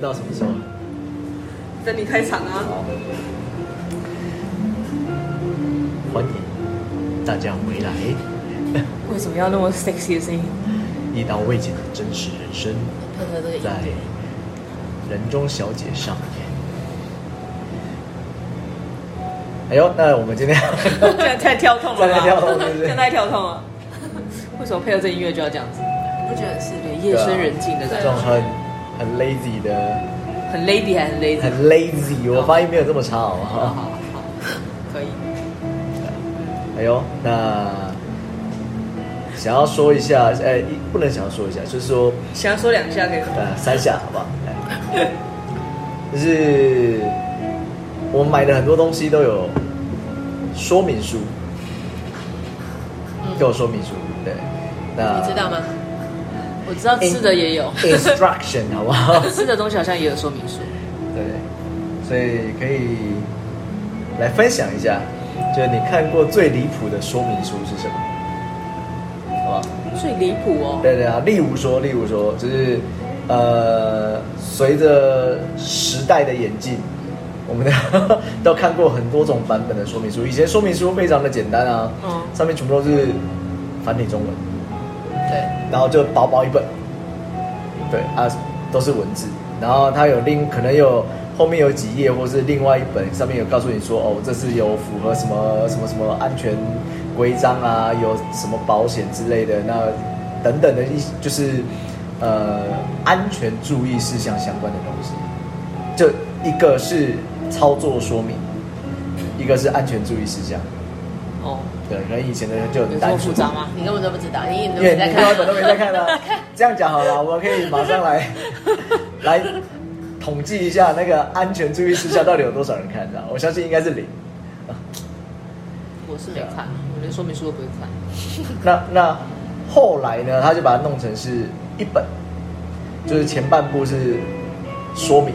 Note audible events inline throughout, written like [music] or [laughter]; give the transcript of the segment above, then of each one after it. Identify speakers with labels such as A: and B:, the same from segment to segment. A: 到什么时候？
B: 等你开场啊！
A: 好，欢迎大家回来，
B: 为什么要那么 sexy 的声音？
A: 一刀未剪的真实人生，
B: 配合这个音
A: 在
B: 乐，
A: 人中小姐上演。哎呦，那我们今天
B: 这样太跳痛了吧？
A: 这样太跳痛是不是
B: 这样太跳痛了。为什么配合这音乐就要这样子？你不觉得很适合 [laughs] 夜深人静的感
A: 啊这
B: 觉？
A: 种很很 lazy 的，
B: 啊很 lady 还是 lady？
A: 很 lazy，我发音没有这么差，好不
B: 好
A: 好？
B: 好好，可以。
A: 哎呦，那想要说一下，哎，一不能想要说一下，就是说，
B: 想要说两下可以吗？
A: 呃，三下，好不好？来就是我们买的很多东西都有说明书，都有说明书，对。那
C: 你知道吗？
B: 我知道吃的也有，
A: In- [laughs] instruction，好不好？
B: 吃的东西好像也有说明书。
A: 对，所以可以来分享一下，就是你看过最离谱的说明书是什么？好吧？
B: 最离谱哦，
A: 对对啊，例如说，例如说，就是呃，随着时代的演进，我们的 [laughs] 都看过很多种版本的说明书。以前说明书非常的简单啊，
B: 嗯
A: 上面全部都是繁体中文，
B: 对，
A: 然后就薄薄一本，对啊，都是文字。然后它有另可能有后面有几页，或是另外一本上面有告诉你说，哦，这是有符合什么什么什么安全规章啊，有什么保险之类的，那等等的一就是呃安全注意事项相关的东西。就一个是操作说明，一个是安全注意事项。
B: 哦，
A: 对，可能以前的就
B: 有
A: 很
B: 这
A: 单
B: 么
A: 纯
B: 复。杂吗？
C: 你根本都不知道，你一眼都
A: 因为
C: 没
A: 你
C: 在
A: 们根本都没在
C: 看。
A: 看
C: [laughs]
A: 啊。这样讲好了，我们可以马上来来统计一下那个安全注意事项到底有多少人看，这样我相信应该是零。
B: [laughs] 我是没看，我连说明书都不会看。
A: 那那后来呢，他就把它弄成是一本，就是前半部是说明，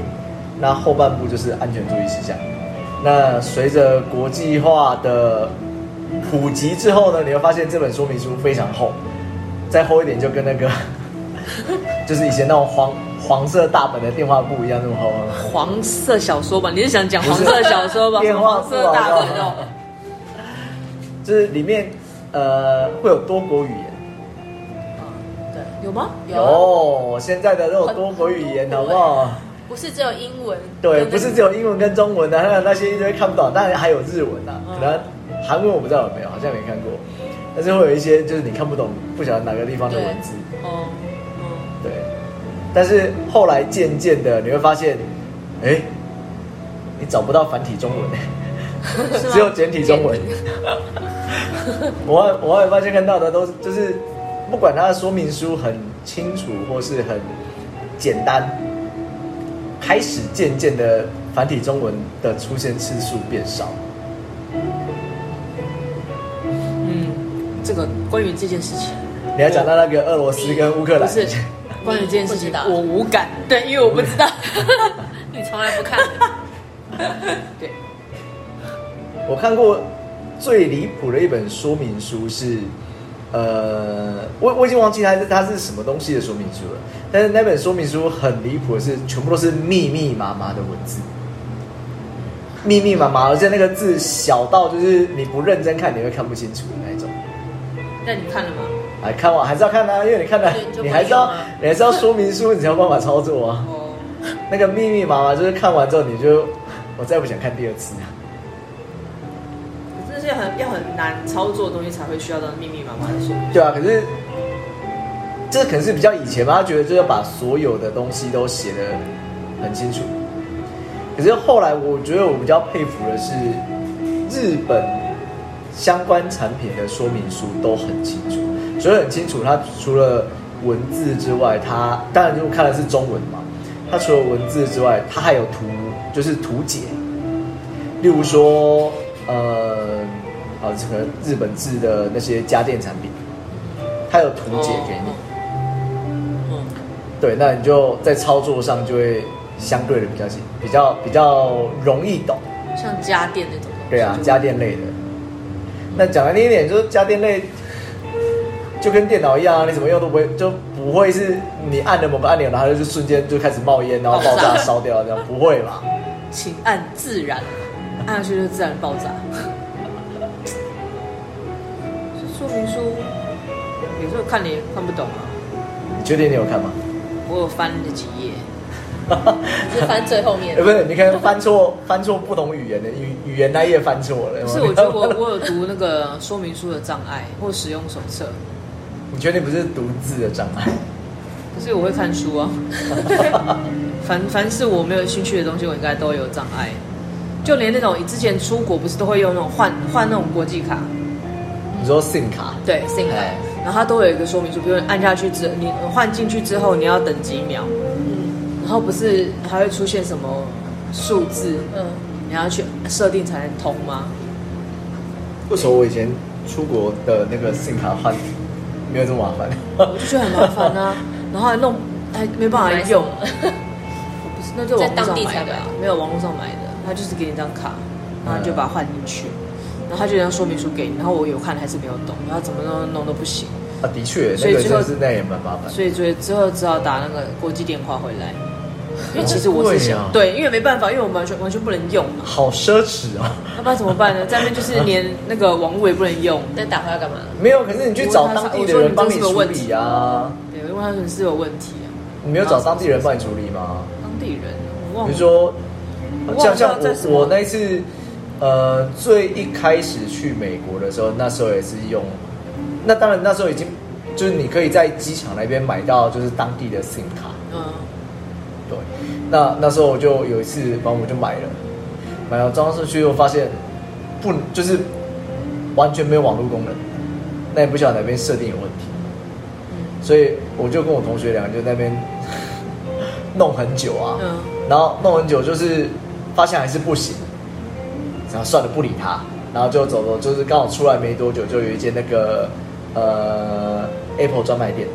A: 那后半部就是安全注意事项。那随着国际化的普及之后呢，你会发现这本说明书非常厚，再厚一点就跟那个 [laughs] 就是以前那种黄黄色大本的电话簿一样那么厚。
B: 黄色小说吧，你是想讲黄色小说 [laughs] 吧？
A: 不是
B: 什么黄色大本
A: 电话
B: 哦
A: 簿啊，就是里面呃会有多国语言，
C: 对，
B: 啊有吗？
C: 有啊
A: 有哦现在的都有多国语言，
C: 很
A: 好
C: 多
A: 不好？
C: 不是只有英文，
A: 对，
C: 跟
A: 不是只有英文跟中文的、啊，还有那些一堆看不懂，当然还有日文呐、啊，
B: 嗯
A: 可能韩文我不知道有没有，好像没看过，但是会有一些就是你看不懂，不晓得哪个地方的文字，
B: 哦，
A: 对。但是后来渐渐的你会发现，哎、你找不到繁体中文、
B: [laughs] 是吗
A: 只有简体中文。 [laughs] 我后我后来发现看到的都是就是，不管它的说明书很清楚或是很简单，开始渐渐的繁体中文的出现次数变少。
B: 嗯，这个关于这件事情，
A: 你还讲到那个俄罗斯跟乌克
B: 不
A: 兰，
B: 是关于这件事
C: 你不
B: 情
C: 知道，
B: 我无感，对，因为我不知道。 [laughs]
C: 你从来不看，
B: 对，
A: 我看过最离谱的一本说明书是，呃，我我已经忘记它是它是什么东西的说明书了，但是那本说明书很离谱的是，全部都是密密麻麻的文字，密密麻麻，而且那个字小到就是你不认真看你会看不清楚的那一种。
B: 那你看了吗？
A: 哎，看完还是要看啊，因为你看了
C: 对你，就不
A: 你还是要
C: 用啊
A: 你还是要说明书，你才有办法操作啊。
B: 哦，
A: 那个密密麻麻就是看完之后你就，我再也不想看第二次了。
B: 可是这很要很难操作的东西才会需要到密密麻麻的说明。
A: 对啊，可是这可能是比较以前吧，他觉得就是要把所有的东西都写得很清楚。可是后来，我觉得我比较佩服的是，日本相关产品的说明书都很清楚，所以很清楚。它除了文字之外，它当然就看的是中文嘛。它除了文字之外，它还有图，就是图解。例如说，呃，啊，这个日本制的那些家电产品，它有图解给你。
B: 哦嗯，
A: 对，那你就在操作上就会相对的比较简，比较比较容易懂。
B: 像家电那种东西。
A: 对啊，
B: 就
A: 家电类的。那讲难听一点，就是家电类，就跟电脑一样啊，你怎么用都不会，就不会是你按了某个按钮，然后它就瞬间就开始冒烟，然后爆炸烧掉这样，不会吧？
B: 请按自然，按下去就自然爆炸。 [laughs] 说明书有时候看你也看不懂啊，
A: 你确定你有看
B: [laughs]
A: 吗？
B: 我有翻了几页，
C: 是翻最后面
A: 呃，。
B: 啊
A: 不是，你看翻错翻错不同语言的语语言那页翻错了。
B: 可是我觉得我我有读那个说明书的障碍或使用手册，
A: 你确定不是读字的障碍？
B: 可是我会看书啊。 [laughs] 凡凡是我没有兴趣的东西，我应该都有障碍。就连那种之前出国不是都会用那种换换那种国际卡，
A: 你说 SIM 卡？
B: 对 SIM 卡
A: 哎，
B: 然后它都有一个说明书，比如你按下去之后，你换进去之后你要等几秒，
C: 嗯
B: 然后不是还会出现什么数字，
C: 嗯，
B: 你要去设定才能通吗？
A: 为什么我以前出国的那个 SIM 卡换没有这么麻烦？
B: 我就觉得很麻烦
C: [laughs]
B: 啊，然后还弄还没办法用， [laughs] 我不是那就网络
C: 在当
B: 上
C: 地
B: 买
C: 才
B: 的啊
C: 买，嗯
B: 没有网络上买的，他就是给你一张卡，然后你就把它换进去，然后他就一张说明书给你，然后我有看还是没有懂，然后怎么弄弄都不行，
A: [laughs] 啊，的确，
B: 所
A: 那
B: 以
A: 个
B: 最
A: 真
B: 后
A: 的是那也蛮麻
B: [laughs]
A: 烦。
B: 所以所以之后只好打那个国际电话回来，因为其实我
A: 好
B: 是
A: 贵啊
B: 想对，因为没办法，因为我们完全完全不能用嘛，
A: 好奢侈啊！
B: 要不然怎么办呢？在那边就是连那个网络也不能用，
C: 那打回来干嘛？
A: 没有，可是你去找当地的人帮你处理啊。
B: 对，因为他们是有问题啊，
A: 你没有找当地人帮你处理吗？
B: 当地人啊我忘
A: 比如。
B: 了
A: 说，
B: 我忘了
A: 像像
B: 在什么
A: 我我那一次，呃，最一开始去美国的时候，那时候也是用，那当然那时候已经就是你可以在机场那边买到就是当地的 SIM 卡，
B: 嗯，
A: 对，那那时候我就有一次，反正我就买了，买了装上去，我发现不就是完全没有网络功能，那也不晓得哪边设定有问题，所以我就跟我同学两个就在那边弄很久啊，
B: 嗯
A: 然后弄很久就是发现还是不行，然后算了不理他，然后就走走，就是刚好出来没多久，就有一间那个呃 Apple 专卖店，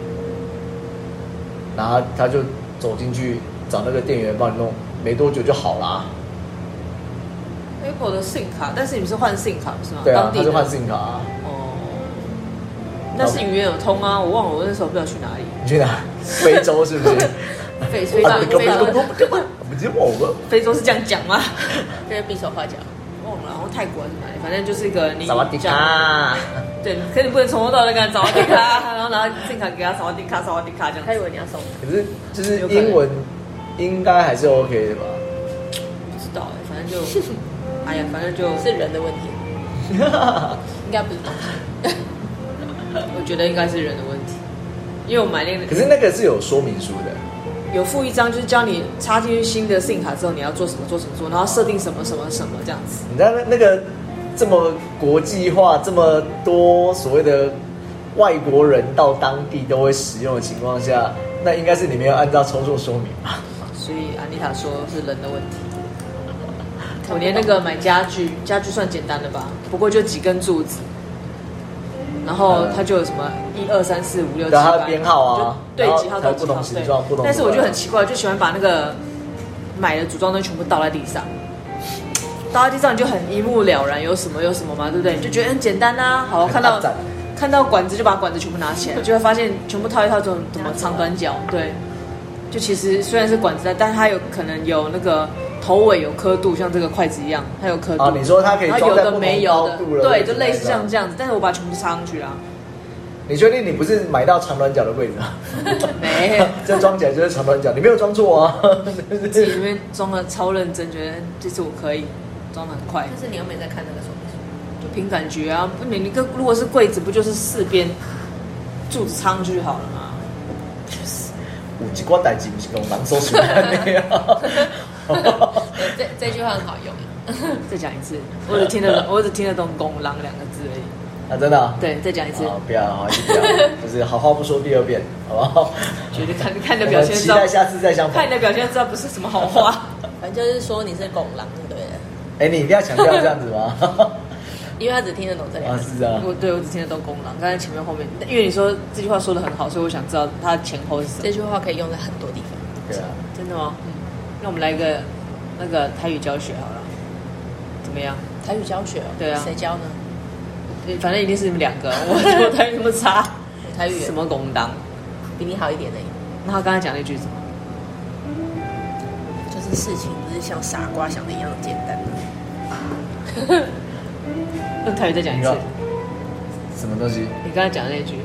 A: 然后他就走进去找那个店员帮你弄，没多久就好啦。
B: Apple 的 SIM 卡，但是你们是换 SIM 卡不是吗？
A: 对啊
B: 当，地
A: 他
B: 的
A: 就换 SIM 卡啊。
B: 哦，但是语言有通啊，我忘了我那时候不知道去哪里，
A: 你去
C: [laughs]
A: 哪？非洲是不是？[laughs]
C: 翡翠
A: 啊
C: 大
A: 不
C: 非
A: 不不
C: 洲
A: 不不不是我们
B: 非洲是这样讲吗？ [laughs]
C: 这是匕首花脚，
B: 忘了，然啊后泰国还是哪里，反正就是一个你
A: 萨瓦迪
B: 讲，
A: 卡。
B: 对，可你不能从头到尾跟他找瓦迪卡， [laughs] 然后拿 SIM 卡给他找瓦迪卡，找瓦迪卡这样
C: 他以
B: 子。
C: 为你要送，
A: 可是就是英文应该还是 OK 的吧？
B: 不知道哎，反正 [laughs] 就，哎呀，反正就，
C: 是人的
B: [laughs]
C: 问题，应该不是东西。
B: 我觉得应该是人的问题，因为我买那个，
A: 可是那个是有说明书的，
B: 有附一张，就是教你插进去新的 SIM 卡之后，你要做什么做什么做，然后设定什么什么什么这样子。
A: 你知道那那个这么国际化，这么多所谓的外国人到当地都会使用的情况下，那应该是你没有按照操作
B: [laughs]
A: 说明吧？
B: 所以安妮塔说是人的问题。 [laughs] 我连那个买家具，家具算简单的吧，不过就几根柱子，然后它就有什么一二三四五六七
A: 对它的
B: 八
A: 编号啊
B: 就
A: 然
B: 对
A: 后
B: 几号
A: 它
B: 到
A: 有不
B: 几
A: 同
B: 号
A: 形
B: 对
A: 状不同。
B: 但是我
A: 图
B: 就
A: 案
B: 很奇怪，就喜欢把那个买的组装东西全部倒在地上，倒在地上你就很一目了然，有什么有什么嘛，对不对？你就觉得很简单呐、好，
A: 很
B: 看到
A: 大赞
B: 看到管子就把管子全部拿起来，就会发现全部套一套，怎么怎么长短脚，对。就其实虽然是管子，但它有可能有那个头尾有刻度，像这个筷子一样，它有刻度。
A: 啊你说它可以
B: 然后
A: 装
B: 有
A: 在
B: 的
A: 不
B: 没
A: 同
B: 啊有
A: 高
B: 的
A: 度，了
B: 对，
A: 或者
B: 就类似
A: 怎么样
B: 像这样子，但是我把全部插上去啦， [laughs]
A: [laughs] 你确定你不是买到长短脚的柜子吗？
B: 没有。
A: [laughs] 这装起来就是长短脚，你没有装错啊！ [laughs]
B: 自己里面装的超认真，觉得这次我可以装的很快，
C: 但是你又没在看那个说明书，
B: 就凭感觉啊。不，你你个如果是柜子，不就是四边柱子插上去就好了吗？ [laughs]
A: 有一挂代志不是跟人所
B: [laughs]
A: 想的那样。
C: 对这这句话很好用。啊
B: 再讲一次，我只听得懂，我只听得懂“拱狼”两个字而已。
A: 啊，真的、啊。
B: [laughs] 对，再讲一
A: [laughs]
B: 次，
A: 好，不要，好，就不要，就是好话不说第二遍，好不
B: [laughs]
A: 好？
B: 觉得看看你的
A: 我
B: 表
A: 们
B: 现就
A: 期
B: 知道
A: 待，下次再相
B: 看
A: 逢
B: 你。的表现就知道不是什么好话。
C: 反正就是说你是拱狼，对不对了？
A: 哎、你一定要强调这样子
B: [laughs]
A: 吗？
C: 因为他只听得懂这两
A: 啊，
C: 个字。
A: 是啊。
B: 我对我只听得懂“拱狼”，刚才前面后面，因为你说这句话说的很好，所以我想知道它前后是什么
C: 这。句话可以用在很多地方。
A: 对啊，
B: 真的吗？嗯，那我们来一个那个台语教学好了，怎么样？
C: 台语教学、哦，
B: 对啊
C: 谁教呢？
B: [laughs] 反正一定是你们两个，我我台语那么差，
C: 台语
B: 什么公当？
C: 比你好一点的，
B: 那他刚才讲那句什么？
C: 就是事情不是像傻瓜想的一样简单。啊
B: 用台语再讲一次。
A: 什么东西？
B: 你刚才讲的那句，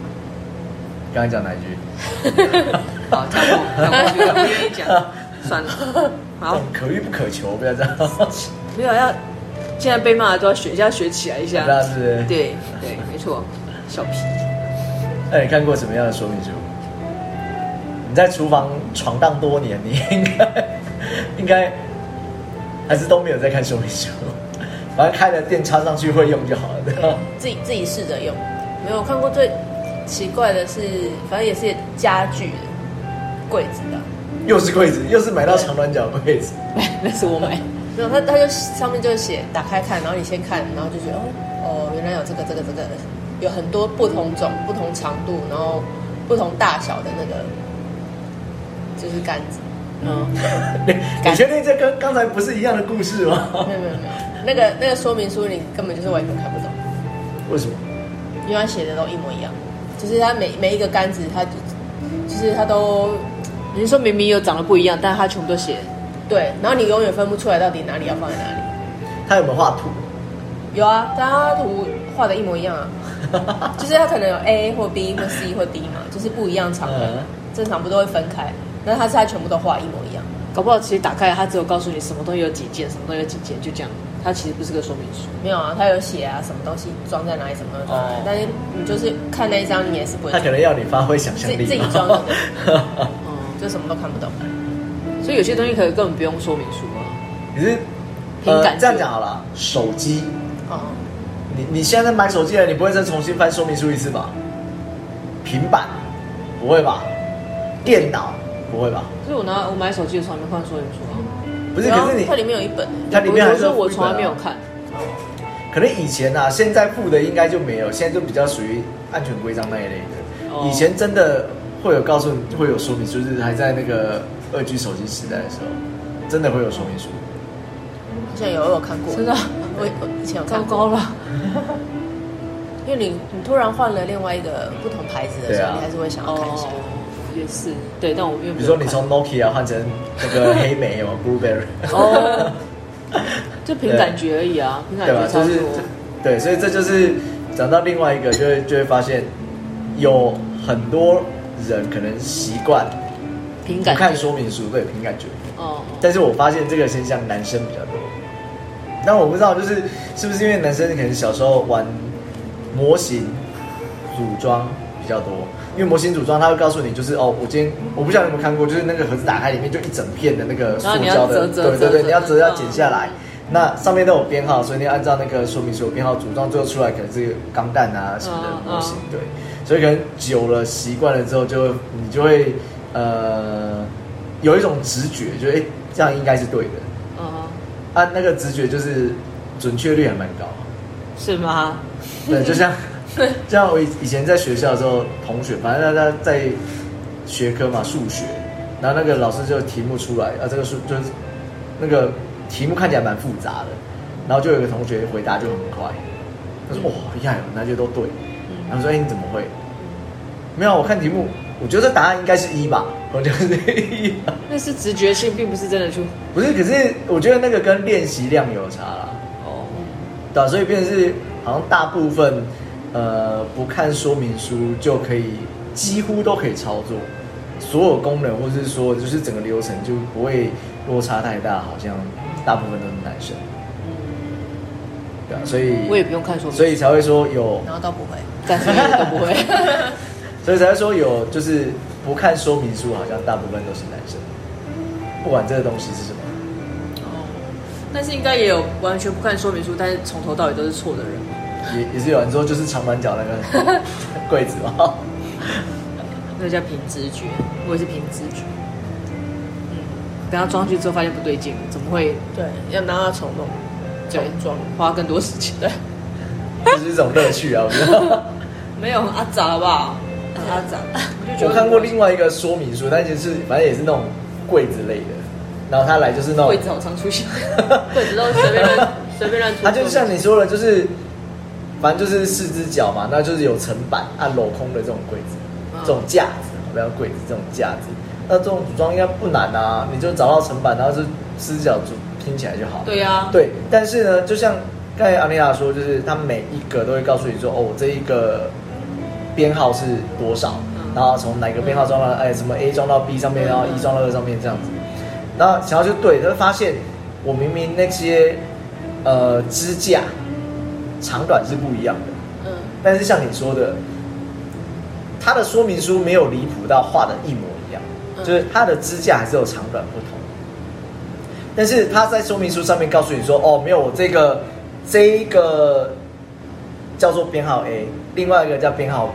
A: 刚才讲哪一句？
B: 好，跳过，跳过，我不愿意讲， [laughs] 算了。好，
A: 可遇不可求，不要这样。 [laughs]
B: 没有要，现在被骂的都要学，要学起来一下。
A: 那是
B: 对对，没错，小皮。
A: 哎那你看过什么样的说明书？你在厨房闯荡多年，你应该 [laughs] 应该还是都没有在看说明书，反正开了店插上去会用就好了，对吧？
C: 自己自己试着用。没有我看过最奇怪的是，反正也是家具的柜子的，
A: 又是柜子，又是买到长短脚的柜子，
B: [laughs] 那是我买。
C: 没有他他就上面就写打开看，然后你先看，然后就觉得哦哦，原来有这个这个这个，有很多不同种、不同长度，然后不同大小的那个就是杆子。
B: 嗯，
A: 你 [laughs] 你确定这跟刚才不是一样的故事吗？
B: 嗯
C: 没有没有没有，嗯那个那个说明书你根本就是完全看不懂。
A: 为什么？
C: 因为他写的都一模一样，就是他每每一个杆子，他就就是他都
B: 你是说明明有长得不一样，但他全部都写
C: 对，然后你永远分不出来到底哪里要放在哪里。
A: 他有没有画图？
C: 有啊，但他图画的一模一样啊，就是他可能有 A 或 B 或 C 或 D 嘛，就是不一样长的
A: 嗯，
C: 正常不都会分开，那他是他全部都画一模一样。
B: 搞不好其实打开它只有告诉你什么东西有几件，什么东西有几件，就这样。它其实不是个说明书。
C: 没有啊，他有写啊，什么东西装在哪里，什么东西装在哪里
A: 哦，
C: 但是你就是看那一张，你也是不会
A: 他可能要你发挥想象
C: 自
A: 力
C: 己
A: 吧。
C: 自己装的，
B: 嗯，
C: 就什么都看不懂。
B: 所以有些东西可以根本不用说明书啊。
A: [laughs] 你是呃
B: 凭感觉
A: 这样讲好了，手机，
C: 哦，
A: 你你现在买手机了，你不会再重新翻说明书一次吧？平板不会吧？电脑不会吧？
B: 所以我拿我买手机的时候还没看说明书啊，
A: 不是，
C: 然后
A: 可是你
C: 它里面有一本，
A: 它里面还
B: 我
A: 是
B: 说
A: 有
B: 我
A: 副
B: 从来没有
A: 本啊。
B: 看。
A: 可能以前啊，现在附的应该就没有，现在就比较属于安全规章那一类的。
B: 哦
A: 以前真的会有告诉你，会有说明书，就是还在那个二 G 手机时代的时候，真的会有说明书。
C: 好像有我有看过，
B: 真的啊
C: 我我以前有
B: 糟
C: 看过。
B: 糕了，
C: 因为你你突然换了另外一个不同牌子的时
A: 对
C: 候，
A: 啊
C: 你还是会想要看一下。
B: 哦，也是，对，但我因为
A: 比如
B: 没有
A: 说
B: 看
A: 你从 Nokia 换成那
B: [laughs]
A: 个黑莓哦，Blueberry。
B: 哦，就凭感觉而已啊，凭感
A: 对吧？
B: 觉差
A: 就
B: 不
A: 是
B: 多。
A: 对，所以这就是讲到另外一个，就会就会发现有很多人可能习惯
B: 凭
A: 不
B: 感
A: 看
B: 觉。
A: 说明书，对，凭感觉。
B: 哦，
A: 但是我发现这个现象男生比较多。但我不知道，就是是不是因为男生可能小时候玩模型组装比较多，因为模型组装它会告诉你，就是哦，我今天我不知道你有没有看过，就是那个盒子打开里面就一整片的那个塑
B: 然后你要
A: 胶的，
B: 折折
A: 对对对，
B: 折
A: 你要折
B: 折
A: 要剪下来。那上面都有编号，所以你按照那个说明书有编号组装，最后出来可能是钢弹啊什么
B: 嗯
A: 的
B: 嗯
A: 模型，对。所以可能久了习惯了之后就，你就会呃有一种直觉，就哎、诶这样应该是对的。
B: 嗯，
A: 啊，那个直觉就是准确率还蛮高。
B: 是吗？
A: 对，就像就像我以以前在学校的时候，同学，反正大家在学科嘛，数学，然后那个老师就题目出来，啊，这个数就是那个题目看起来蛮复杂的，然后就有一个同学回答就很快，他说哇好厉害哦，那就都对，然后说哎、你怎么会？没有，我看题目，我觉得答案应该是一吧，我觉得是一吧。
B: 那是直觉性，并不是真的去。
A: 不是，可是我觉得那个跟练习量有差啦。
B: 哦，
A: 对啊、所以变成是好像大部分呃不看说明书就可以几乎都可以操作所有功能，或是说就是整个流程就不会落差太大，好像大部分都是男生。对啊，所以
B: 我也不用看说明书
A: 所以才会说有，
C: 然后都不会，
B: 但是都不 [laughs] 会。
A: 所以才会说有，就是不看说明书，好像大部分都是男生，不管这个东西是什么。
B: 哦但是应该也有完全不看说明书，但是从头到尾都是错的人。
A: 也也是有人说就是长板脚那个 [laughs] 柜子嘛， [laughs]
B: 那个叫凭直觉，我也是凭直觉。嗯，等他装上去之后发现不对劲，怎么会
C: 对，要让它重弄，
B: 对
C: 装。
B: 花更多时间？ [laughs] 对，
A: 就是一种乐趣啊，我觉得。
B: 没有很阿杂好不好？很阿杂，我就觉
A: 我
B: 得
A: 看过另外一个说明书，但就是反正也是那种柜子类的，然后他来就是那
B: 柜
A: 种，
B: 子好常出现，
C: 柜子都随便乱随便乱出。
A: 他就是像你说的，就是反正就是四只脚嘛，那就是有层板按镂空的这种柜子，
B: 嗯
A: 这种架子，不要柜子，这种架子。那这种组装应该不难啊，你就找到层板，然后就四只脚组拼起来就好。
B: 对呀、
A: 对，但是呢，就像刚才阿丽亚说，就是他每一个都会告诉你说，哦，我这一个编号是多少，
B: 嗯
A: 然后从哪个编号装到哎什么 A 装到 B 上面，然后
B: 嗯
A: E 装到二上面这样子。然后想要就对，就会发现我明明那些呃支架长短是不一样的，
C: 嗯，
A: 但是像你说的，它的说明书没有离谱到画的一模一样，
C: 嗯
A: 就是它的支架还是有长短不同。但是它在说明书上面告诉你说，哦，没有，我这个这一个叫做编号 A，另外一个叫编号 B，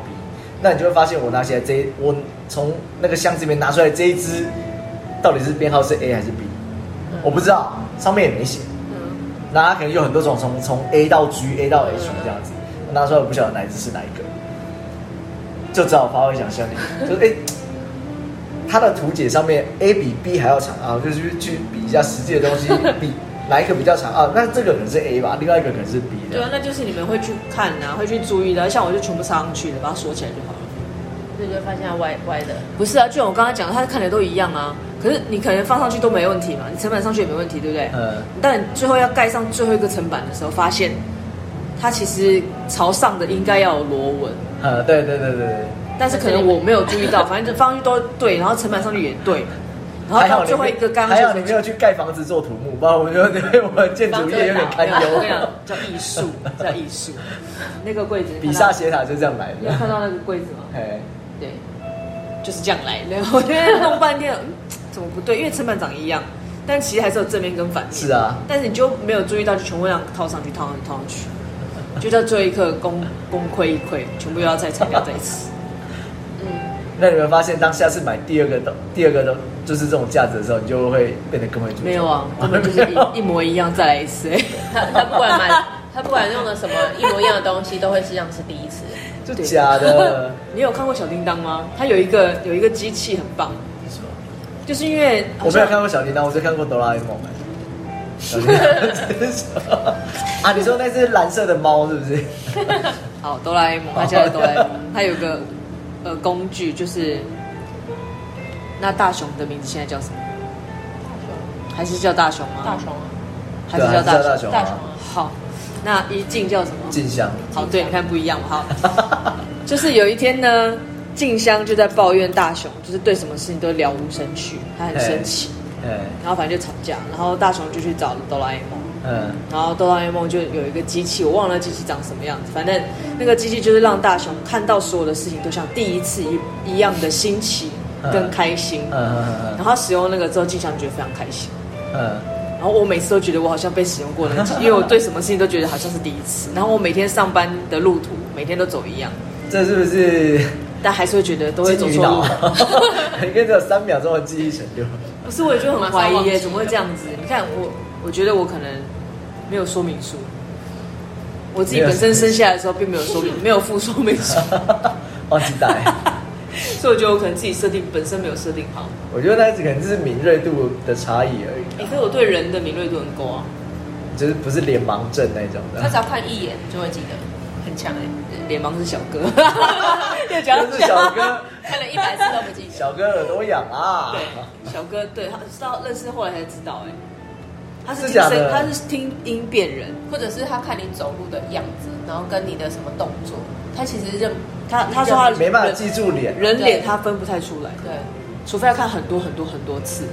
A: 那你就会发现我拿起来这一我从那个箱子里面拿出来这一只，到底是编号是 A 还是 B，、
C: 嗯
A: 我不知道，上面也没写。
C: 嗯
A: 那它可能有很多种，从从 A 到 G、A 到 H 这样子，拿出来我不晓得哪一只是哪一个，就只好发挥想象力，就是哎、它的图解上面 A 比 B 还要长啊，我就去去比一下实际的东西，比哪一个比较长啊？那这个可能是 A 吧，另外一个可能是 B
B: 对啊
A: 的，，
B: 那就是你们会去看啊，会去注意的。像我就全部插上去了，把它锁起来就好了。
C: 所以就发现它歪歪
B: [laughs]
C: 的，
B: 不是啊，就像我刚才讲，它看起来都一样啊。可是你可能放上去都没问题嘛，你层板上去也没问题，对不对？
C: 啊
A: 嗯，
B: 但你最后要盖上最后一个层板的时候，发现它其实朝上的应该要有螺纹，
A: 呃，对对对对对。
B: 但是可能我没有注意
A: [laughs]
B: 到，反正就放上去都对，然后层板上去也对，然后
A: 还
B: 到
A: 好
B: 最后一个刚刚
A: 还好
B: 就
A: 你
B: 是
A: 没有去盖房子做土木，不然我觉得对我们建筑业有点堪
B: 没有我跟你
A: 忧
B: 讲。叫艺术，叫艺术。那个柜子，
A: [laughs] 比萨斜塔就这样来
B: 你有看 [laughs]
A: 的，
B: 到那个柜子吗？
A: 哎，
B: 对，就是这样来的。 [laughs] 我觉得弄半天，嗯怎么不对？因为成本长一样，但其实还是有正面跟反面。
A: 是啊，
B: 但是你就没有注意到，就全部让套上去，套上去，套上去，就到最后一刻功功亏一篑，全部又要再拆掉再一 [laughs] 次。
C: 嗯，
A: 那你们发现，当下次买第二个的第二个的，就是这种架子的时候，你就会变得更会做。
B: 没
A: [laughs]
B: 有 [laughs] 啊，根本就是一一模一样，再来一 [laughs] 次、哎
C: 它它不管买，它不管用了什么一模一样的东西，都会是像是第一次。
A: 就 [laughs] 假的。
B: [laughs] 你有看过小叮当吗？它有一个有一个机器很棒，就是因为
A: 我没有看过小叮当，我只看过哆啦 A 梦。小叮
B: [laughs]
A: 当真是啊，你说那只蓝色的猫是不
B: [laughs]
A: 是？
B: 好，哆啦 A 梦，他家的哆啦 A 梦，他有个呃工具，就是那大雄的名字现在叫什么？还是叫大雄吗？
C: 大熊啊，
B: 还是叫
A: 对啊还
B: 大
A: 是叫大
B: 雄？
A: 雄
C: 大熊啊，
B: 好，那一静叫什么？
A: 静香，
B: 好，对，你看不一样嘛。好， [laughs] 就是有一天呢，静香就在抱怨大雄，就是对什么事情都了无生趣，他很生气，
A: 哎，
B: 然后反正就吵架，然后大雄就去找哆啦 A 梦。
A: 嗯，
B: 然后哆啦 A 梦就有一个机器，我忘了机器长什么样子，反正那个机器就是让大雄看到所有的事情都像第一次一一样的新奇跟开心。
A: 嗯嗯
B: 然后使用那个之后，静香觉得非常开心。
A: 嗯嗯，
B: 然后我每次都觉得我好像被使用过的那种，因为我对什么事情都觉得好像是第一次。然后我每天上班的路途，每天都走一样，
A: 这是不是
B: 但还是会觉得都会走
A: 金鱼
B: 错
A: 脑
B: 路。？
A: [laughs] 你跟只有三秒钟的记忆程度。
B: 不是，我也觉得很 [laughs] 怀
C: 马上
B: 疑
C: 忘记
B: 耶，怎么会这样子？你看我，我觉得我可能没有说明书，我自己本身生下来的时候并没有说明，没有附说明书，
A: [laughs] 忘记带，
B: 所以我觉得我可能自己设定本身没有设定好。
A: 我觉得那只可能就是敏锐度的差异而已，啊
B: 哎、可是我对人的敏锐度很高啊，
A: 就是不是脸盲症那种的。
C: 他只要看一眼就会记得，很强哎，
B: 脸盲是小 [laughs] 哥，又讲
A: 就
B: 到
A: 是小哥，
C: 看了一百次都不记
A: [laughs]
C: 得。
A: 小哥耳朵痒啊！
B: [laughs] 对小哥，对他知道认识后来才知道哎、他是
A: 是
B: 听
A: 假的
B: 声，他是听音辨人，
C: 或者是他看你走路的样子，然后跟你的什么动作，他其实认
B: 他他说他
A: 没办法
B: 人
A: 记住脸，
B: 人脸
C: 对
B: 他分不太出来。
C: 对，
B: 除非要看很多很多很多次。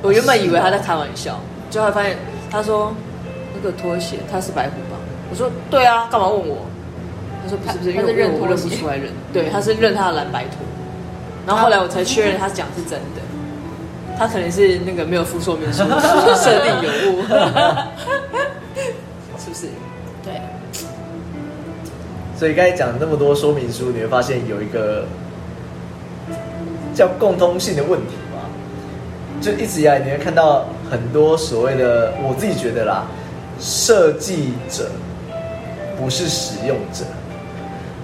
B: 我原本以为他在开玩笑，最后发现他说那个拖鞋他是白虎吧？我说对啊，干嘛问我？他说不是不是，因
C: 他
B: 为
C: 他是认
B: 我
C: 拖
B: 认
C: 鞋
B: 不出来人，对，他是认他的蓝白拖。然后后来我才确认他讲是真的，他可能是那个没有附说明书设定有误， [laughs] 是不是？
C: 对，
A: 所以刚才讲那么多说明书，你会发现有一个叫共通性的问题吧？就一直以来你会看到很多所谓的，我自己觉得啦，设计者不是使用者，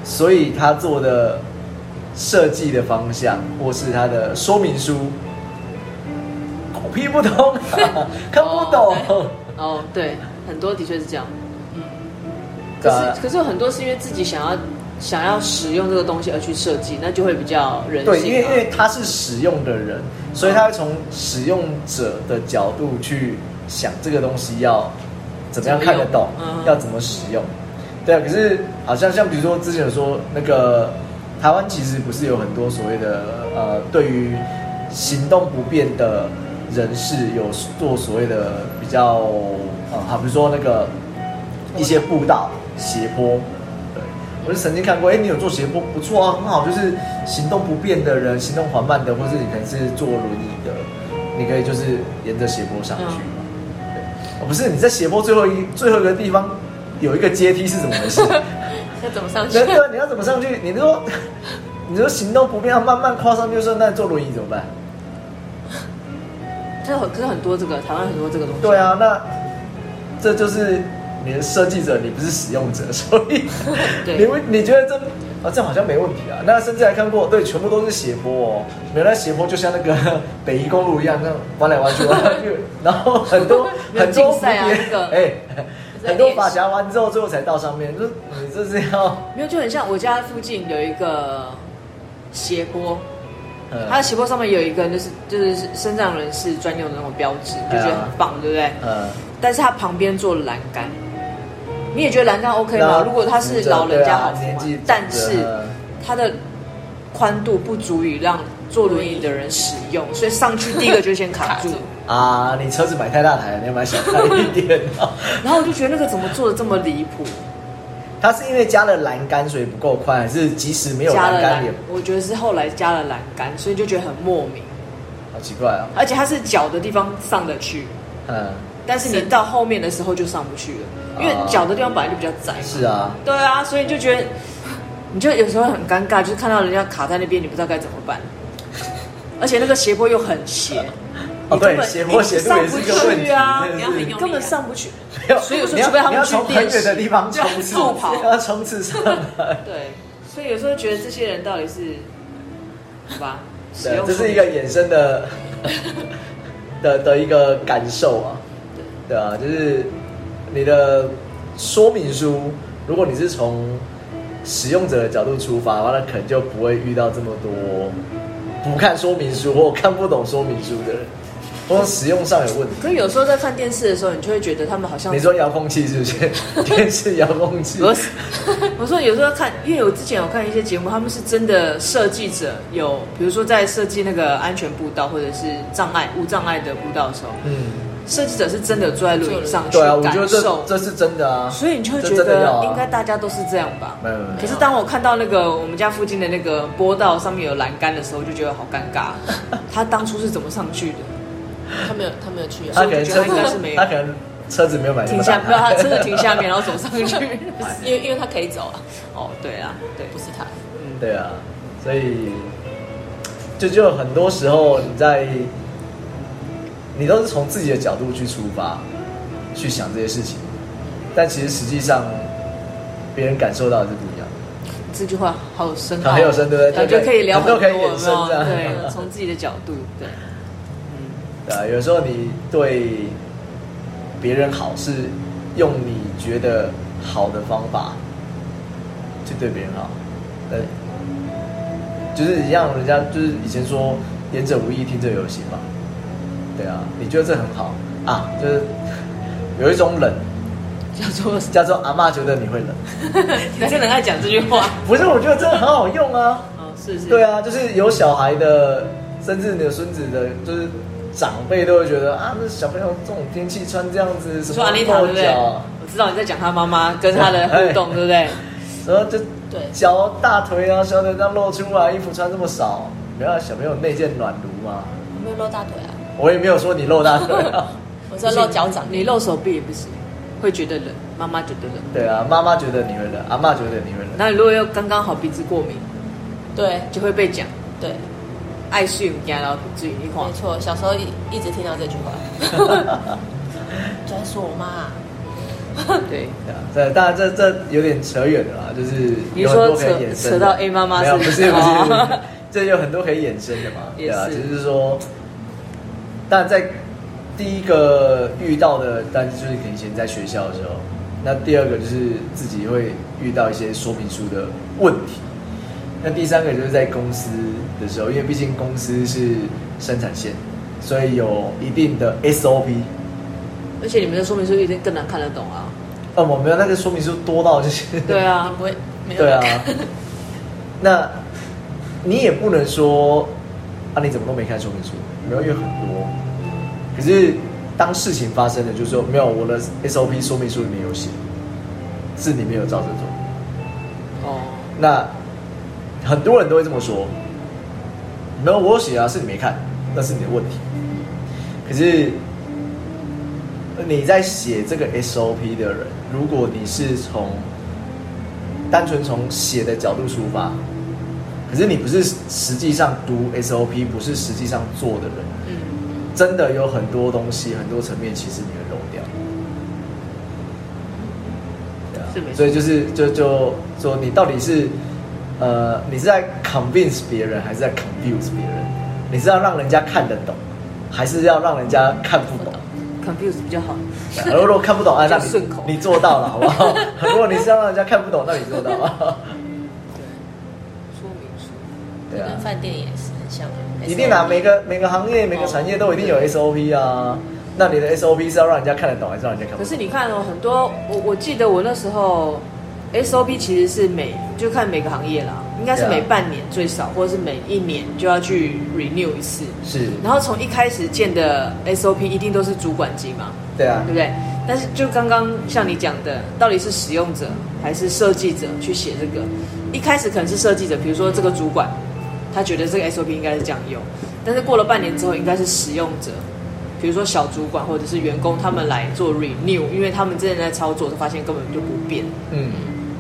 A: 所以他做的设计的方向或是他的说明书，狗屁不通、 [laughs] 看不懂。
B: 哦哦，对，很多的确是这样。
C: 嗯，
A: 对
B: 可是
A: 啊
B: 可是有很多是因为自己想要想要使用这个东西而去设计，那就会比较人性、啊。
A: 对，因为因为他是使用的人，所以他会从使用者的角度去想这个东西要怎么样看得懂，
B: 怎么用嗯
A: 要怎么使用。对啊，可是好像像比如说之前有说那个台湾其实不是有很多所谓的呃，对于行动不便的人士有做所谓的比较呃，好比如说那个一些步道斜坡。对，我就曾经看过，哎、你有做斜坡，不错啊，很好，就是行动不便的人，行动缓慢的，或是你可能是坐轮椅的，你可以就是沿着斜坡上去嘛。对，哦，不是，你在斜坡最后一最后一个地方有一个阶梯是怎么回事？
C: 要怎么上去
A: 那？对啊，你要怎么上去？你说 [laughs] 你说行动不便要慢慢跨上去的时候，那坐轮椅怎么办？
B: 但很可是很多这个台湾很多这个东西。
A: 对啊，那这就是你的设计者，你不是使用者，所以
B: [laughs] 对
A: 你会你觉得这啊这好像没问题啊？那甚至还看过，对，全部都是斜坡哦，原来斜坡就像那个 [laughs] 北宜公路一样，那样弯来弯去，弯来弯去，然后很多
B: [laughs] 没有
A: 很多
B: 竞赛啊
A: 蝴蝶
B: 那个
A: [laughs] 哎，
C: 在
A: 很多
C: 练习
A: 法夹弯之后，最后才到上面，就是 [laughs] 你这是要
B: 没有就很像我家附近有一个斜坡，
A: 呃
B: 它的斜坡上面有一个就是就是身障人士专用的那种标志，就
A: 啊
B: 觉得很棒，对不对？
A: 呃
B: 但是它旁边做了栏杆，你也觉得栏杆 OK 吗？
A: 那
B: 如果他是老人家好
A: 对啊
B: 扶
A: 年
B: 嘛
A: 纪，
B: 但是
A: 呃
B: 它的宽度不足以让坐轮椅的人使用，所以上去第一个就先卡住
C: 卡住。
A: 啊，你车子买太大台了，你要买小台一点哦。
B: 然后我就觉得那个怎么做的这么离谱？
A: 它是因为加了栏杆所以不够宽，还是即使没有
B: 加
A: 栏
B: 了
A: 杆
B: 栏
A: 也，
B: 我觉得是后来加了栏杆，所以就觉得很莫名。
A: 好奇怪哦。
B: 而且它是脚的地方上得去，
A: 嗯，
B: 但是你
C: 是
B: 到后面的时候就上不去了，因为
A: 啊
B: 脚的地方本来就比较窄。
A: 是啊，
B: 对啊，所以你就觉得，你就有时候很尴尬，就是看到人家卡在那边，你不知道该怎么办。而且那个斜坡又很斜，
A: 哦
B: 你根
A: 对，
B: 本
A: 斜坡斜度也是一个问题，
B: 你上不去啊
A: 真的
C: 你要很
A: 是
C: 用
B: 根本上不去。
A: 没有
B: 所以有时候
A: 你要
B: 除非他们
A: 你要
B: 去
A: 从很
B: 练习
A: 远的地方冲
B: [laughs] 就
A: 刺
B: 助跑
A: 要冲刺上来。
B: 对，所以有时候觉得这些人到底是，好吧，使
A: 对，啊
B: 用
A: 这是
B: 说
A: 一个衍生的 [laughs] 的的一个感受啊。对啊，就是你的说明书，如果你是从使用者的角度出发的话，那可能就不会遇到这么多不看说明书或看不懂说明书的人，或者使用上有问题。
B: 可是有时候在看电视的时候，你就会觉得他们好像
A: 你说遥控器是不
B: [laughs]
A: 是？电视遥控器？
B: 不是，我说有时候 [laughs] 看，因为我之前有看一些节目，他们是真的设计者有，比如说在设计那个安全步道或者是障碍无障碍的步道的时候，
A: 嗯，
B: 设计者是真的坐在轮椅上去
A: 对啊，我觉
B: 感
A: 得这
B: 受，
A: 这是真的啊。
B: 所以你就会
A: 这
B: 觉
A: 真的要
B: 得
A: 啊
B: 应该大家都是这样吧。
A: 没有没有没有
B: 可是当我看到那个我们家附近的那个坡道上面有栏杆的时候，我就觉得好尴
A: [laughs]
B: 尬。他当初是怎么上去的？
C: 他没有，他没有去
A: 他
C: 啊
A: 可，能车
B: 所以
A: 子
B: 我觉得他应该是没有
A: 他可能车子没有买那
B: 停
A: 么 [laughs] 大
B: 下，不知道他
A: 台
B: 车子停下面，然后走上去。 [laughs]
C: 因为因为他可以走啊，
B: 哦，对啊，对，
C: 不是他。
B: 嗯，
A: 对啊，所以就就很多时候你在你都是从自己的角度去出发去想这些事情，但其实实际上别人感受到的是不一样的。
B: 这句话好有深奥，
A: 很有深对不对
B: 感觉可以聊很多，
A: 很多可以
B: 有没
A: 延
B: 有
A: 伸这样
B: 对，从自己的角度，对，嗯，
A: 对啊，有时候你对别人好是用你觉得好的方法去对别人好，对，就是一样，人家就是以前说言者无意，听者有心嘛，对啊，你觉得这很好啊，就是有一种冷，
B: [laughs] 叫做
A: 叫做阿嬷觉得你会冷，
B: 你真的很爱讲这句
A: [laughs]
B: 话，
A: 不是，我觉得这很好用啊，
B: 哦，是是，
A: 对，啊，就是有小孩的，甚至你的孙子的，就是长辈都会觉得啊，那小朋友这种天气穿这样子，什
B: 说
A: 么
B: 安妮塔
A: 露
B: 啊对不对？
A: 脚，
B: 我知道你在讲他妈妈跟他
A: 哎
B: 的互动，对不对？
A: 然后就
C: 对
A: 脚大腿啊、小腿这样露出来，衣服穿这么少，没有啊小朋友内件暖炉嘛。
C: 我没有露大腿啊，
A: 我也没有说你露大腿啊， [laughs]
C: 我是露脚掌。
B: 你露手臂也不行，会觉得冷，妈妈觉得冷。
A: 对啊，妈妈觉得你会冷，阿妈觉得你会冷，
B: 那如果又刚刚好鼻子过敏，
C: 对
B: 就会被讲
C: 对，
B: 爱睡唔惊，然后至于你话
C: 没，错，小时候一一直听到这句
A: [laughs]
C: 话，就在说我妈啊。
B: 对。
A: 对啊，这当然这这有点扯远了啦，啊就是
B: 你
A: 有很多
B: 说
A: 可以
B: 扯
A: 衍生
B: 扯
A: 的
B: 到 A 妈妈
A: 没有，不
B: 是
A: 是不是
B: [laughs] 哦，
A: 这有很多可以衍生的嘛，
B: 也
A: 对啊，
B: 是
A: 只是说，但在第一个遇到的，但就是以前在学校的时候，那第二个就是自己会遇到一些说明书的问题。那第三个就是在公司的时候，因为毕竟公司是生产线，所以有一定的 SOP。
B: 而且你们的说明书一定更难看得懂啊。
A: 呃，我们的那个说明书多到就是
B: 对啊
C: 你，不会没有
A: 对啊
C: 看，
A: 那你也不能说啊，你怎么都没看说明书，没有，因为很多。可是当事情发生了，就是说没有我的 SOP 说明书里面有写，是你没有照着做。
B: 哦，
A: 那很多人都会这么说，没有我有写啊，是你没看，那是你的问题。可是呃你在写这个 SOP 的人，如果你是从单纯从写的角度出发，可是你不是实际上读 SOP，不是实际上做的人，
C: 嗯，
A: 真的有很多东西、很多层面，其实你会漏掉。对啊
C: 是没错
A: 所以就是就就说你到底是呃，你是在 convince 别人，还是在 confuse 别人？你是要让人家看得懂，还是要让人家看不懂？
B: confuse 比较好。
A: [laughs] 对啊如果看不懂，啊，那
B: 就顺口
A: 你你做到了，好不好？如果你是要让人家看不懂，那你做到了，
B: 对，说明书
A: 对啊
C: 跟。饭店也是很像啊，
A: 一定啊，每个每个行业、每个产业都一定有 SOP 啊。那你的 SOP 是要让人家看得懂，还是让人家看不
B: 可
A: 懂？
B: 是你看哦，很多我我记得我那时候 SOP 其实是每就看每个行业啦，应该是
A: Yeah
B: 每半年最少，或者是每一年就要去 renew 一次。
A: 是，
B: 然后从一开始建的 SOP 一定都是主管级嘛，
A: 对啊
B: 对，不对？但是就刚刚像你讲的，到底是使用者还是设计者去写这个？一开始可能是设计者，比如说这个主管，他觉得这个 SOP 应该是这样用，但是过了半年之后，应该是使用者，比如说小主管或者是员工他们来做 renew，因为他们之前在操作，就发现根本就不变。
A: 嗯，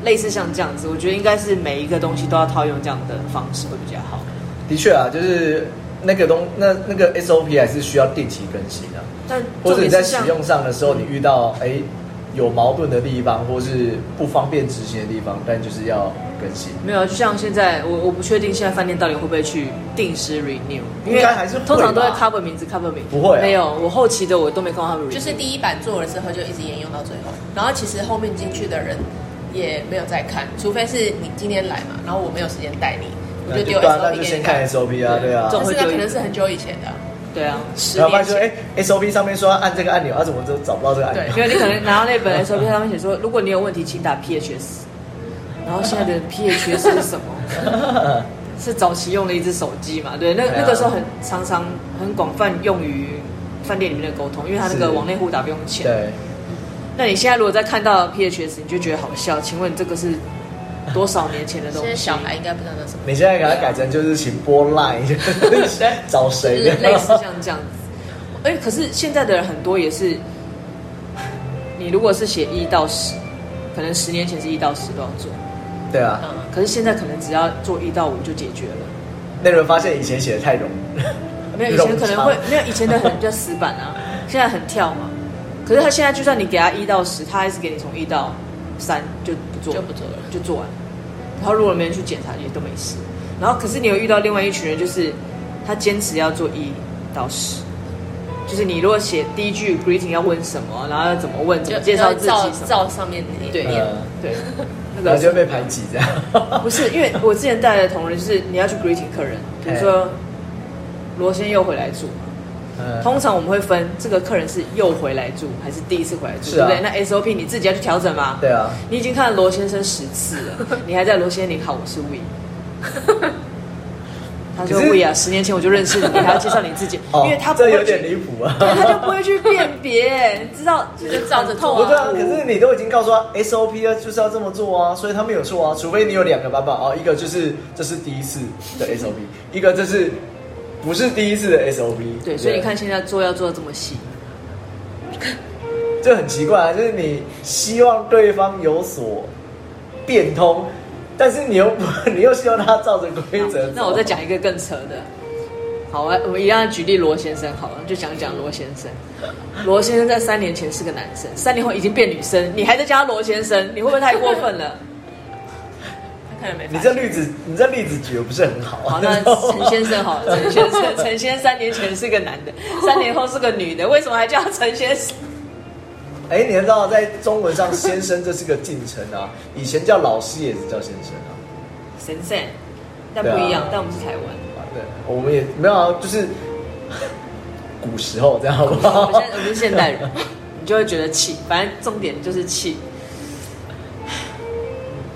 B: 类似像这样子，我觉得应该是每一个东西都要套用这样的方式会比较好。
A: 的确啊，就是那个东那那个 SOP 还是需要定期更新的、啊，
B: 但
A: 或
B: 重
A: 者你在
B: 点是
A: 使
B: 像
A: 用上的时候，你遇到哎、有矛盾的地方，或是不方便执行的地方，但就是要更新。
B: 没有啊，就像现在，我我不确定现在饭店到底会不会去定时 renew，因
A: 应
B: 为
A: 该还是会吧
B: 通常都会 cover 名字 cover 名，
A: 不会啊
B: 没有，我后期的我都没看到他们 renew，
C: 就是第一版做了之后就一直沿用到最后，然后其实后面进去的人也没有再看，除非是你今天来嘛，然后我没有时间带你，我
A: 那
C: 就
A: 就
C: 丢
A: 对啊，那
C: SOP
A: 就
C: 给
A: 先
C: 你
A: 看 SOP 啊，对啊。
B: 这种会
C: 但是那
B: 丢
C: 可
B: 一
C: 能
B: 个
C: 是很久以前的啊，
B: 对啊，
C: 十
A: 然后发
C: 年
A: 现说，哎
C: 前。、
A: s o p 上面说要按这个按钮，啊，怎么都找不到这个按钮？
C: 对
B: 因为你可能拿到那本 SOP 上面写说，如果你有问题，请打 PHS，然后现在的 PHS 是什么？
A: [laughs]
B: 是早期用的一只手机嘛？对，那
A: 对啊
B: 那个时候很常常很广泛用于饭店里面的沟通，因为它那个
A: 是
B: 网内互打不用钱。
A: 对，
B: 那你现在如果再看到 PHS，你就觉得好笑。请问这个是多少年前的东
C: 现
B: 西？
C: 在 [laughs] 小孩应该不知道那什么，
A: 你现在给它改成就是请拨
B: [laughs]
A: line，找谁？
B: 就是类似像这样子。哎、可是现在的人很多也是，你如果是写一到十，可能十年前是一到十都要做，
A: 对啊，
C: 嗯，
B: 可是现在可能只要做一到五就解决了。
A: 那你们发现以前写的太容易，
B: 没有以前可能会
A: 冗长
B: 没有以前的很比较死板啊，现在很跳嘛。可是他现在就算你给他一到十，他还是给你从一到三就不做，
C: 就不做了。
B: 就做完。然后如果没人去检查，也都没事。然后可是你有遇到另外一群人，就是他坚持要做一到十，就是你如果写第一句 greeting 要问什么，然后要怎么问，怎么介绍自己
C: 照
B: 什么，
C: 照上面那
B: 对
C: 念
A: 嗯 [laughs]
B: 对，那
A: 然
B: 个
A: 后就会被排挤这样。
B: 不是因为我之前带的同仁，就是你要去 greeting 客人，比如说罗先又回来住，
A: 嗯
B: 通常我们会分这个客人是又回来住还是第一次回来住，
A: 是啊
B: 对不对？那 SOP 你自己要去调整嘛。
A: 对啊，
B: 你已经看了罗先生十次了，你还在罗先生你好，我是
A: [laughs]
B: We。他说
A: 可是
B: We 啊，十年前我就认识你，你还要介绍你自己，
A: 哦
B: 因为他不
A: 这
B: 会
A: 有点
B: 去
A: 离谱啊。
B: [laughs] 对，他就不会去辨别，你知道就是
C: [laughs] 就照着做
B: 痛
C: 啊
A: 不对啊，可是你都已经告诉他 SOP 啊，就是要这么做啊，所以他没有错啊，除非你有两个版本哦，一个就是这是第一次的 SOP，一个这是不是第一次的 SOP。
B: 对，所以你看，现在做要做的这么细，
A: 这很奇怪啊，就是你希望对方有所变通，但是你又不， [laughs] 你又希望他照着规则
B: 好
A: 走。
B: 那我再讲一个更扯的。好，我我一样举例罗先生好了，就讲讲罗先
C: [laughs]
B: 生。罗先生在三年前是个男生，三年后已经变女生，你还在叫他罗先生，你会不会太过分了？
C: 他可能没发现。
A: 你这例子，你这例子举的不是很好啊。
B: 好，那陈先生好了，陈先生，陈
C: [laughs]
B: 先生三年前是个男的，三年后是个女的，为什么还叫他陈先生？
A: 哎、 [laughs] 哎、你要知道，在中文上，先生这是个进程啊。以前叫老师也是叫先生啊。
B: 神圣，但不
A: 对啊
B: 一样，但我们是台湾。
A: 对，我们也没有啊，就是古时候这样好不
B: 我
A: 好
B: 们现？在我们是现代
C: [laughs]
B: 人，你就会觉得气。反正重点就是气。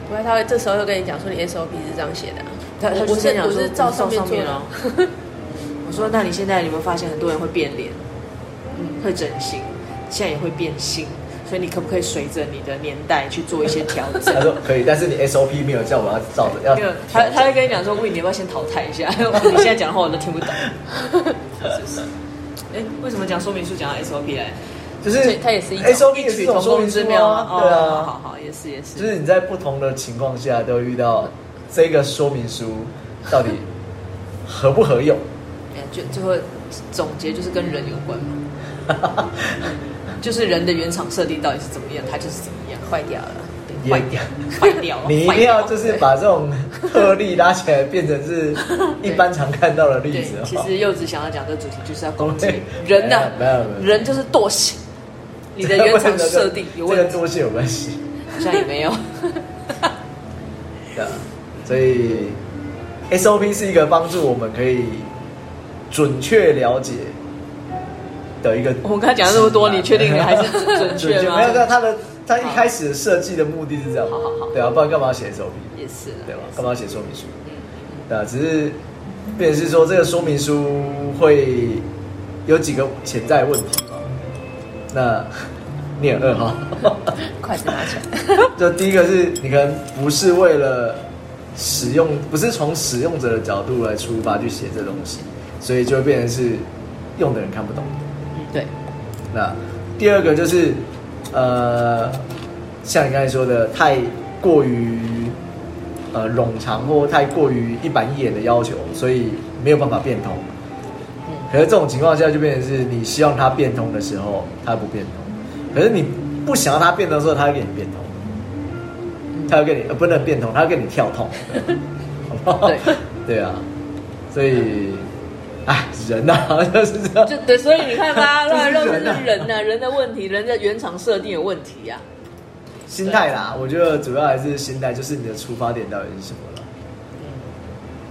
C: 不然他会这时候又跟你讲说你 SOP 是这样写的啊、
B: 他他
C: 我
B: 就
C: 我是
B: 跟你讲
C: 我
B: 说
C: 是照上面做的
B: 哦
C: 啊。。
B: [laughs] 我说，那你现在有没有发现很多人会变脸，
A: 嗯
B: 会整形，现在也会变性，所以你可不可以随着你的年代去做一些调
A: [laughs]
B: 整
A: 他？说可以，但是你 SOP 没有叫我要照着要
B: 没有，他他会跟你讲说，喂，你要不要先淘汰一下？ [laughs] 你现在讲的话我都听不懂。是不是？哎，为什么讲说明书讲到 SOP 来？
A: 就是
C: 他也是一种
A: SOP 也是
B: 取
A: 一
B: 同
A: 种说
B: 工
A: 明
B: 之
A: 书
B: 妙
A: 啊，
B: 哦
A: 对
B: 好
A: 啊
B: 好，好，也是也是。
A: 就是你在不同的情况下都遇到这个说明书到底合不合用？
B: 哎就最后总结就是跟人有关嘛，就是人的原厂设定到底是怎么样，它就是怎么样，
C: 坏掉了，
B: 对
A: 也
B: 坏掉，坏掉，
A: [laughs] 你一
B: 坏
A: 定要
B: 掉
A: 就是把这种特例拉起来，变成是一般常看到的例
B: 对
A: 子。。哦
B: 其
A: 好不好
B: 实柚子想要讲这主题就是要攻
A: [laughs]
B: 击
A: 对哎
B: 人呐、
A: 没有没有没有
B: 人就是惰性，你的原厂设定有问
A: 这
B: 题，
A: 跟多谢有关系。
B: 好像也没有。
A: 对啊，所以 SOP 是一个帮助我们可以准确了解的一个指南。
B: [laughs] 我们刚才讲了那么多你确定你还是准准确吗
A: 啊没有，但它的它一开始设计的目的是这样。
B: 好好好
A: 对啊，不然干嘛写 SOP？
B: 也是啊啦
A: 对吧？干嘛写说明书？对啊，只是变成是说这个说明书会有几个潜在问题嘛？那你很二
B: [laughs]
A: 哈。
C: 筷子拿起来。
A: 就第一个是你可能不是为了使用，不是从使用者的角度来出发去写这东西，所以就会变成是用的人看不懂。
C: 对，
A: 那第二个就是，呃，像你刚才说的，太过于呃冗长或太过于一板一眼的要求，所以没有办法变通。可是这种情况下就变成是你希望它变通的时候，它不变通；可是你不想要它变通的时候，它会给你变通，它会给你、呃、不能变通，它会给你跳痛，好不好？
B: 对
A: [laughs] 对啊，所以，哎，人呐、 [laughs] 就是这样
B: 就。对，所以你
A: [laughs]
B: 看吧，
A: 这
B: 乱
A: 是
B: 肉就
A: 人啊
B: 是人呐、人的问题，人的原厂设定有问题啊呀、
A: 心态啦，我觉得主要还是心态，就是你的出发点到底是什么了。
C: 嗯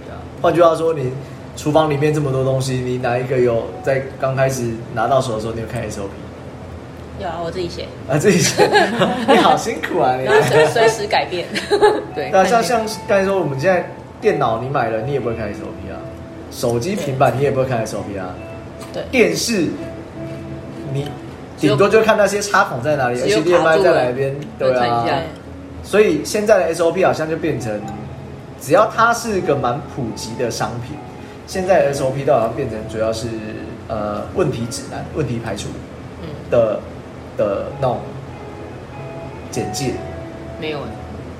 A: 对啊，换句话说，你厨房里面这么多东西，你哪一个有在刚开始拿到手的时候，你有看 SOP
C: 有啊，我自己写，
A: 啊？自己
C: [laughs]
A: 写，你好辛苦啊！你
C: 然后随随时改变。
B: [laughs] 对，
A: 对啊，像
B: 看你
A: 像刚才说，我们现在电脑你买了，你也不会看 SOP 啊；手机、平板你也不会看 SOP 啊；
C: 对
A: 电视你
B: 只有
A: 顶多就看那些插孔在哪里
B: 只有卡
A: ，HDMI
B: 住
A: 在
B: 了
A: 哪边，对
B: 看一
A: 啊
B: 下。
A: 所以现在的 SOP 好像就变成，只要它是一个蛮普及的商品，现在的 SOP 都好像变成主要是呃问题指南、问题排除
C: 嗯
A: 的的那种简介。
B: 没有哎、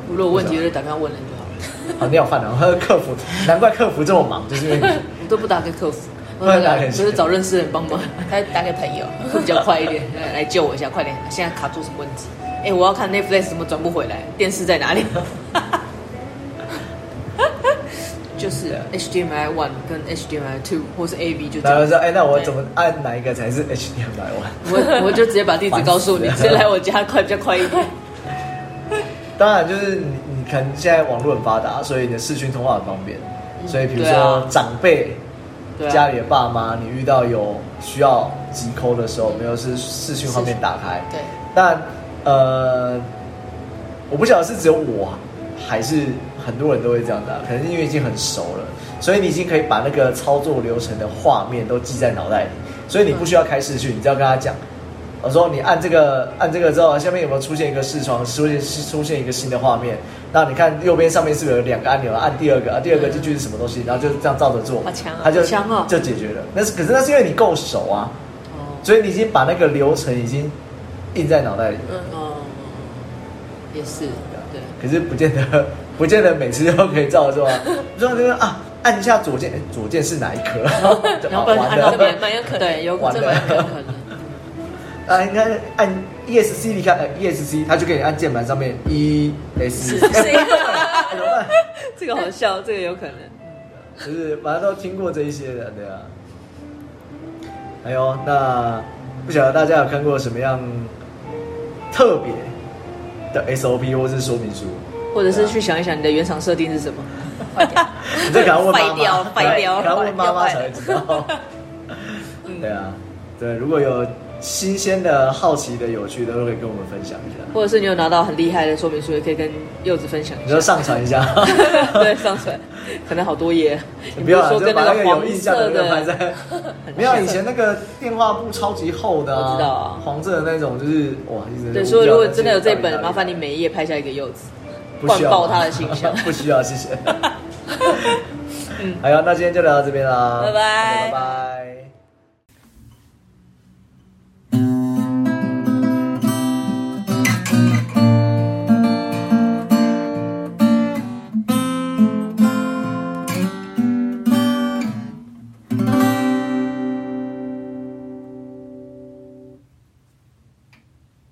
B: 如果有问题我就打电话问人就好了，
A: 好，你好烦啊！客服，难怪客服这么忙，就是因为你
B: 我都不打给客服，
A: 不然打给谁
B: 就是找认识的人帮忙。
C: 他打给
B: [laughs]
C: 朋友，
B: 会比较快一点，来来救我一下，快点！现在卡住什么问题？哎、我要看 Netflix 怎么转不回来，电视在哪里？ [laughs] 就是
A: 对啊
B: HDMI one 跟 HDMI two 或是 AV [laughs] 就这
A: 然后
B: 样
A: 说，。哎、那我怎么按哪一个才是 HDMI 1
B: 我我就直接把地址告诉你，
A: 烦
B: 直
A: 死
B: [laughs]
A: 了
B: 接来我家快比较快一点。
A: 当然，就是你你可能现在网络很发达，所以你的视讯通话很方便。所以比如
B: 对
A: 说
B: 啊
A: 长辈、
B: 对啊
A: 家里的爸妈，你遇到有需要急抠的时候，没有是视讯画面打开。
C: 对，
A: 但呃，我不晓得是只有我，还是很多人都会这样的，可能是因为已经很熟了，所以你已经可以把那个操作流程的画面都记在脑袋里，所以你不需要开视讯，你只要跟他讲。我说你按这个按这个之后，下面有没有出现一个视窗，出现出现一个新的画面？那你看右边上面是不是有两个按钮？按第二个，啊，第二个进去是什么东西？然后就这样照着做，
C: 好强啊
A: 他就
B: 好强哦
A: 就解决了。那是可是那是因为你够熟啊，
B: 哦
A: 所以你已经把那个流程已经印在脑袋里。
C: 嗯，
B: 哦，也是，对，
A: 可是不见得， [laughs] 不见得每次都可以照着做啊。你说这个啊，按一下左键，诶左键是哪一
B: [laughs]
A: 颗？就
B: 然
A: 啊
B: 后不然
A: 完
B: 按到
A: 了 [laughs]
B: 这边，
C: 蛮有可能
B: 对，有
A: 完
B: 这
A: 了
B: 蛮有可能。
A: 啊，应该按 ESC，你看，呃，ESC，它就给你按键盘上面，E
B: [laughs]
A: ESC，哎不对啊怎么办？
B: [laughs] 这个
A: [laughs]
B: 好笑，这个有可能。
A: 就是反正都听过这一些的，对啊。哎还有，那不晓得大家有看过什么样特别的 SOP 或是说明书，
B: 或者是
A: 对啊
B: 去想一想你的原厂设定是什么。
A: 你这可能要问妈妈，
D: 废掉
A: 对
D: 废掉
A: 可能要问妈妈
D: 废掉
A: 才会知道。
B: [laughs] 嗯
A: 对啊，对，如果有新鲜的、好奇的、有趣的，都可以跟我们分享一下。
B: 或者是你有拿到很厉害的说明书，也可以跟柚子分享一
A: 你
B: 下
A: 就。上传一
B: [laughs]
A: 下， [laughs]
B: 对，上传可能好多页。你
A: 不要啦
B: 说
A: 就
B: 跟
A: 把那
B: 那
A: 个有
B: 黄
A: 印象
B: 色
A: 的那
B: 的
A: 个拍
B: [laughs]
A: 在。没有，以前那个电话簿超级厚的、啊，
B: 我知道啊
A: 黄色的那种，就是哇，一直
B: 对，所以如果真的有这
A: 到
B: 本，
A: 底
B: 麻烦你每一页拍下一个柚子，
A: 不需要
B: 灌爆他的信箱
A: [laughs] 不需要，谢
B: [laughs]
A: 谢。嗯，哎呀，那今天就聊到这边啦，
B: 拜拜
A: 拜拜。